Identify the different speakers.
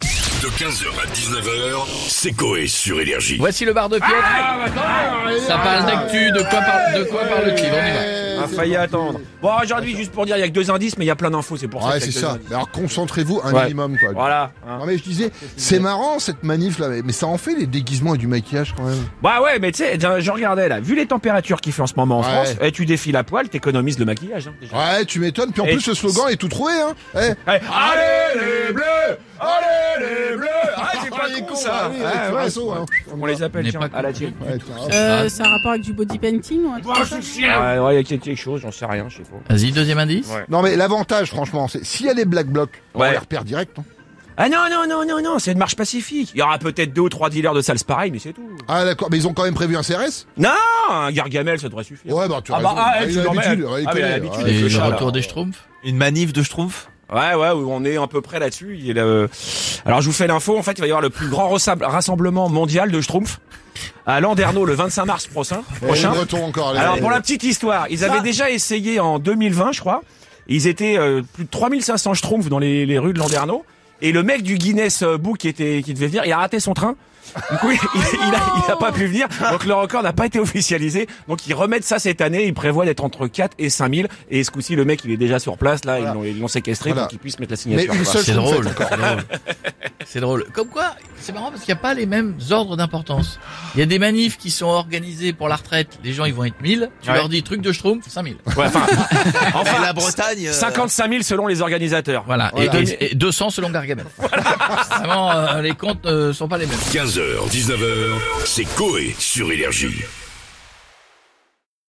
Speaker 1: De 15h à 19h, c'est Coé sur Énergie.
Speaker 2: Voici le bar de Piètre. Ça parle d'actu, de quoi, par- de quoi parle-t-il On y va.
Speaker 3: Ah, failli attendre. Bon, aujourd'hui, juste pour dire, il y a que deux indices, mais il y a plein d'infos, c'est pour ça.
Speaker 4: Ouais,
Speaker 3: qu'il y a
Speaker 4: c'est
Speaker 3: que deux
Speaker 4: ça.
Speaker 3: indices.
Speaker 4: Mais Alors concentrez-vous un
Speaker 3: Ouais.
Speaker 4: minimum, quoi.
Speaker 3: Voilà. hein.
Speaker 4: Non mais je disais, c'est marrant cette manif là, mais- mais ça en fait les déguisements et du maquillage quand même.
Speaker 3: Bah ouais, mais tu sais, je regardais là, vu les températures qu'il fait en ce moment en
Speaker 4: Ouais.
Speaker 3: France, eh, tu défiles à poil, t'économises le maquillage. hein, déjà.
Speaker 4: Ouais, tu m'étonnes. Puis en
Speaker 3: Et-
Speaker 4: plus, le slogan est tout trouvé, hein. Eh,
Speaker 3: Eh, allez les bleus Allez les bleus Ah, c'est pas con ça
Speaker 4: oui,
Speaker 3: Ouais,
Speaker 4: avec
Speaker 3: ouais,
Speaker 4: le réseau, hein.
Speaker 3: On les appelle,
Speaker 2: n'est
Speaker 3: tiens,
Speaker 2: pas
Speaker 3: à la tire.
Speaker 4: Ouais, tiens, hop.
Speaker 5: Euh, c'est un rapport avec du body painting ou un
Speaker 2: Oh,
Speaker 5: truc comme ça
Speaker 3: Ouais, ouais, il y a quelque chose, j'en sais rien, je sais pas.
Speaker 2: Vas-y, deuxième indice.
Speaker 3: Ouais.
Speaker 4: Non mais l'avantage, franchement, c'est s'il y a des black blocs, on
Speaker 3: Ouais.
Speaker 4: les repère direct. hein.
Speaker 3: Ah non, non, non, non, non, c'est une marche pacifique. Il y aura peut-être deux ou trois dealers de salles pareilles, mais c'est tout.
Speaker 4: Ah d'accord, mais ils ont quand même prévu un CRS.
Speaker 3: Non, un Gargamel, ça devrait suffire.
Speaker 4: Ouais, bah tu as
Speaker 3: Ah bah,
Speaker 4: raison.
Speaker 3: ah, elle,
Speaker 4: il
Speaker 3: tu
Speaker 4: a
Speaker 3: l'en mets,
Speaker 4: l'habitude.
Speaker 3: elle.
Speaker 4: ouais, il
Speaker 3: Ah, mais
Speaker 4: connaît,
Speaker 3: elle a
Speaker 4: ouais.
Speaker 3: l'habitude.
Speaker 2: Et
Speaker 3: le
Speaker 2: le
Speaker 3: chat,
Speaker 2: retour
Speaker 3: là.
Speaker 2: des Schtroumpfs.
Speaker 6: Une manif de Schtroumpf
Speaker 3: Ouais, ouais, on est à peu près là-dessus. Il est le- Alors, je vous fais l'info. En fait, il va y avoir le plus grand rassemble- rassemblement mondial de Schtroumpf à Landerneau le 25 mars prochain.
Speaker 4: Et
Speaker 3: prochain.
Speaker 4: le breton encore. les
Speaker 3: Alors,
Speaker 4: gars.
Speaker 3: pour la petite histoire, ils avaient déjà essayé en 2020, je crois. Ils étaient euh, plus de 3500 Schtroumpfs dans les, les rues de Landerneau. Et le mec du Guinness euh, Book qui, était, qui devait venir, il a raté son train. Du coup, il, il- il a, il a pas pu venir. Donc, le record n'a pas été officialisé. Donc, ils remettent ça cette année. Ils prévoient d'être entre 4 et 5000. Et ce coup-ci, le mec, il est déjà sur place. Là, ils l'ont- ils l'ont séquestré
Speaker 4: Voilà.
Speaker 3: pour qu'il puisse mettre la
Speaker 4: Mais
Speaker 3: signature.
Speaker 4: une
Speaker 3: quoi.
Speaker 4: seule
Speaker 2: C'est
Speaker 4: trompette
Speaker 2: drôle.
Speaker 4: encore.
Speaker 2: C'est drôle. C'est drôle. Comme quoi, c'est marrant parce qu'il n'y a pas les mêmes ordres d'importance. Il y a des manifs qui sont organisés pour la retraite. Les gens, ils vont être 1000. Tu
Speaker 3: Ouais.
Speaker 2: leur dis truc de Schtroumpf, 5000.
Speaker 3: Ouais, enfin, enfin,
Speaker 6: La Bretagne euh,
Speaker 3: 55 000 selon les organisateurs.
Speaker 2: Voilà. Et-
Speaker 3: Voilà.
Speaker 2: Et, et 200 selon Gargamel. euh, Vraiment, euh, les comptes ne sont pas les mêmes.
Speaker 1: 15h, 19h, c'est Coé sur Énergie.